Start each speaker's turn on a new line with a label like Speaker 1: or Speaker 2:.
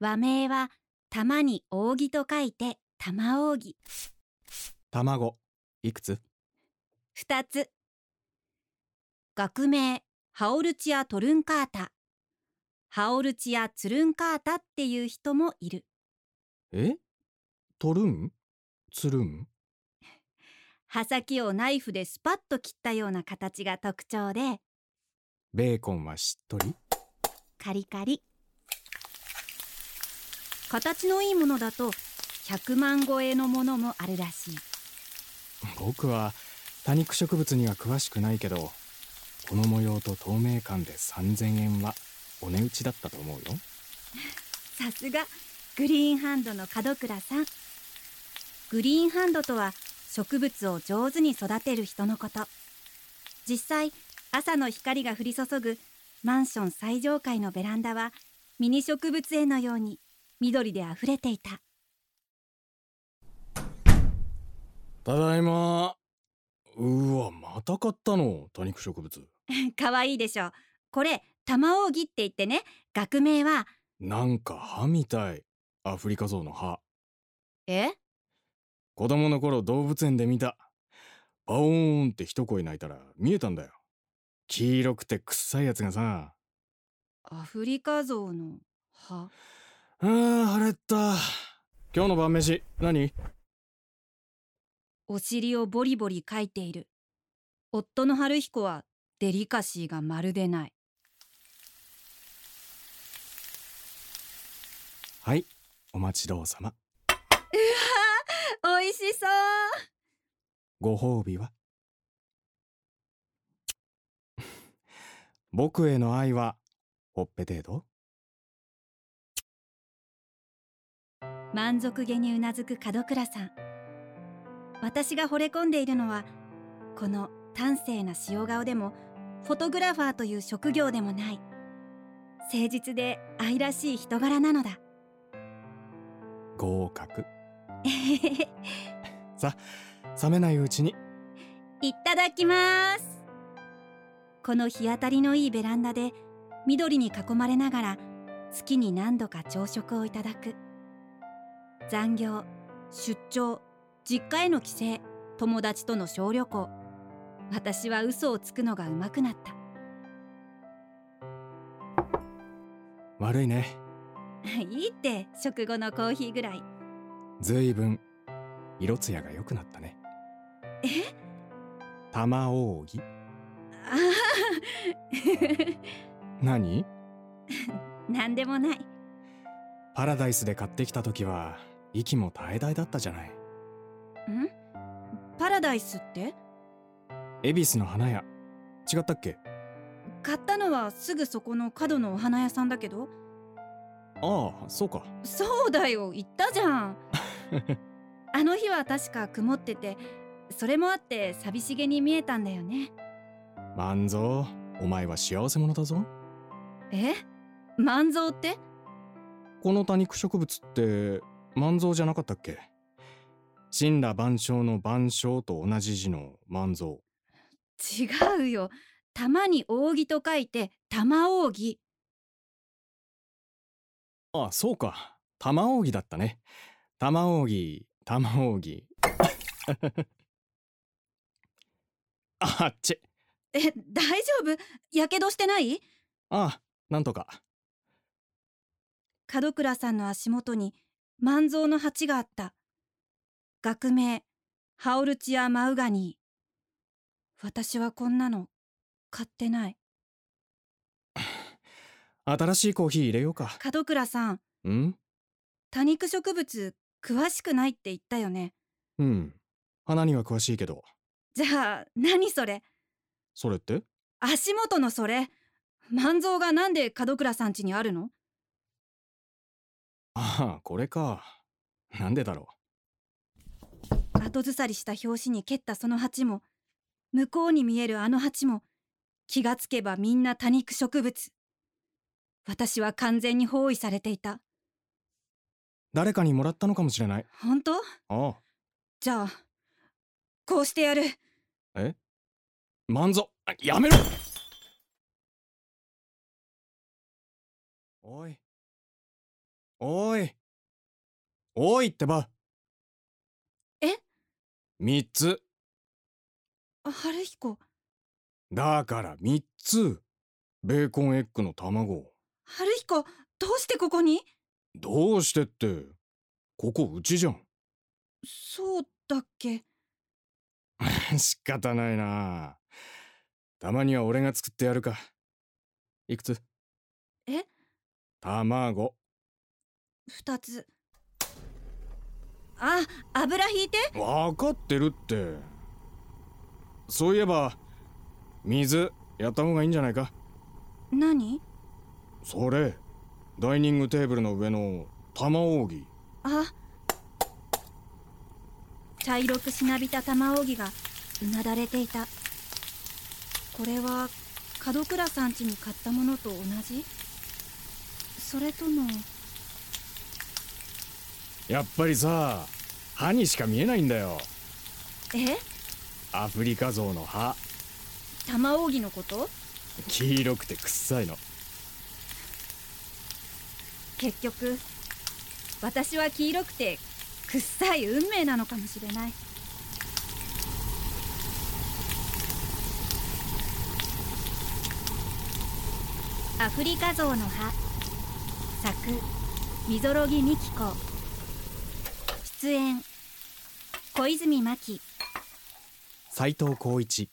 Speaker 1: 和名は玉に扇と書いて玉扇
Speaker 2: 卵いくつ
Speaker 1: 2つ学名ハオルチア・トルンカータハオルチア・ツルンカータっていう人もいる
Speaker 2: えとるんつるん
Speaker 1: 刃先をナイフでスパッと切ったような形が特徴で
Speaker 2: ベーコンはしっとり
Speaker 1: カリカリ形のいいものだと100万超えのものもあるらしい
Speaker 2: 僕は多肉植物には詳しくないけどこの模様と透明感で3000円はお値打ちだったと思うよ
Speaker 1: さすがグリーンハンドの門倉さんグリーンハンドとは植物を上手に育てる人のこと実際朝の光が降り注ぐマンション最上階のベランダはミニ植物園のように緑であふれていた
Speaker 2: ただいまうわまた買ったの多肉植物
Speaker 1: 可愛いでしょこれ玉扇って言ってね学名は
Speaker 2: なんか歯みたいアフリカゾウの歯
Speaker 1: え
Speaker 2: 子供の頃動物園で見たバオーンって一声鳴いたら見えたんだよ黄色くて臭いやつがさ
Speaker 1: アフリカゾウの歯
Speaker 2: あー腹減った今日の晩飯何
Speaker 1: お尻をボリボリかいている夫の春彦はデリカシーがまるでない
Speaker 2: はいお待ちどうさま
Speaker 1: うわ美味しそう
Speaker 2: ご褒美は 僕への愛はほっぺ程度
Speaker 1: 満足げにうなずく門倉さん私が惚れ込んでいるのはこの端正な塩顔でもフォトグラファーという職業でもない誠実で愛らしい人柄なのだ
Speaker 2: 合格さ冷めないうちに
Speaker 1: いただきますこの日当たりのいいベランダで緑に囲まれながら月に何度か朝食をいただく残業出張実家への帰省友達との小旅行私は嘘をつくのがうまくなった
Speaker 2: 悪いね
Speaker 1: いいって食後のコーヒーぐらい
Speaker 2: ずいぶん色艶が良くなったね
Speaker 1: え
Speaker 2: 玉扇
Speaker 1: ああ
Speaker 2: 何
Speaker 1: なんでもない
Speaker 2: パラダイスで買ってきた時は息も絶え絶えだったじゃない
Speaker 1: んパラダイスって
Speaker 2: 恵比寿の花屋違ったっけ
Speaker 1: 買ったのはすぐそこの角のお花屋さんだけど
Speaker 2: ああそうか
Speaker 1: そうだよ言ったじゃんあの日は確か曇っててそれもあって寂しげに見えたんだよね
Speaker 2: 万蔵お前は幸せ者だぞ
Speaker 1: え万蔵って
Speaker 2: この多肉植物って万蔵じゃなかったっけ神羅万象の万象と同じ字の万蔵
Speaker 1: 違うよ玉に扇と書いて玉扇
Speaker 2: ああそうか玉扇だったね玉扇玉扇 あっち
Speaker 1: え大丈夫やけどしてない
Speaker 2: ああなんとか
Speaker 1: 門倉さんの足元に万蔵の鉢があった学名ハオルチア・マウガニー私はこんなの買ってない
Speaker 2: 新しいコーヒー入れようか
Speaker 1: 門倉さん
Speaker 2: うん
Speaker 1: 多肉植物詳しくないって言ったよね
Speaker 2: うん花には詳しいけど
Speaker 1: じゃあ何それ
Speaker 2: それって
Speaker 1: 足元のそれ万蔵がなんで門倉さん家にあるの
Speaker 2: ああこれかなんでだろ
Speaker 1: 後ずさりした拍子に蹴ったその鉢も向こうに見えるあの鉢も気がつけばみんな多肉植物私は完全に包囲されていた
Speaker 2: う誰かにもらったのかもしれない
Speaker 1: 本当
Speaker 2: ああ
Speaker 1: じゃあこうしてやる
Speaker 2: 万蔵あやめろおいおいおいってば
Speaker 1: え
Speaker 2: 三つ
Speaker 1: あ春彦
Speaker 2: だから三つベーコンエッグの卵
Speaker 1: 春彦どうしてここに
Speaker 2: どうしてってここうちじゃん
Speaker 1: そうだっけ
Speaker 2: 仕方ないなたまには俺が作ってやるかいくつ
Speaker 1: え
Speaker 2: 卵
Speaker 1: 二つあ油引いて
Speaker 2: 分かってるってそういえば水やった方がいいんじゃないか
Speaker 1: 何
Speaker 2: それダイニングテーブルの上の玉扇
Speaker 1: あ茶色くしなびた玉扇がうなだれていたこれは門倉さん家に買ったものと同じそれとも
Speaker 2: やっぱりさ歯にしか見えないんだよ
Speaker 1: え
Speaker 2: アフリカゾウの歯
Speaker 1: 玉扇のこと
Speaker 2: 黄色くて臭いの
Speaker 1: 結局私は黄色くてくっさい運命なのかもしれないアフリカゾウの葉作みぞろぎみきこ出演小泉真希
Speaker 2: 斉藤浩一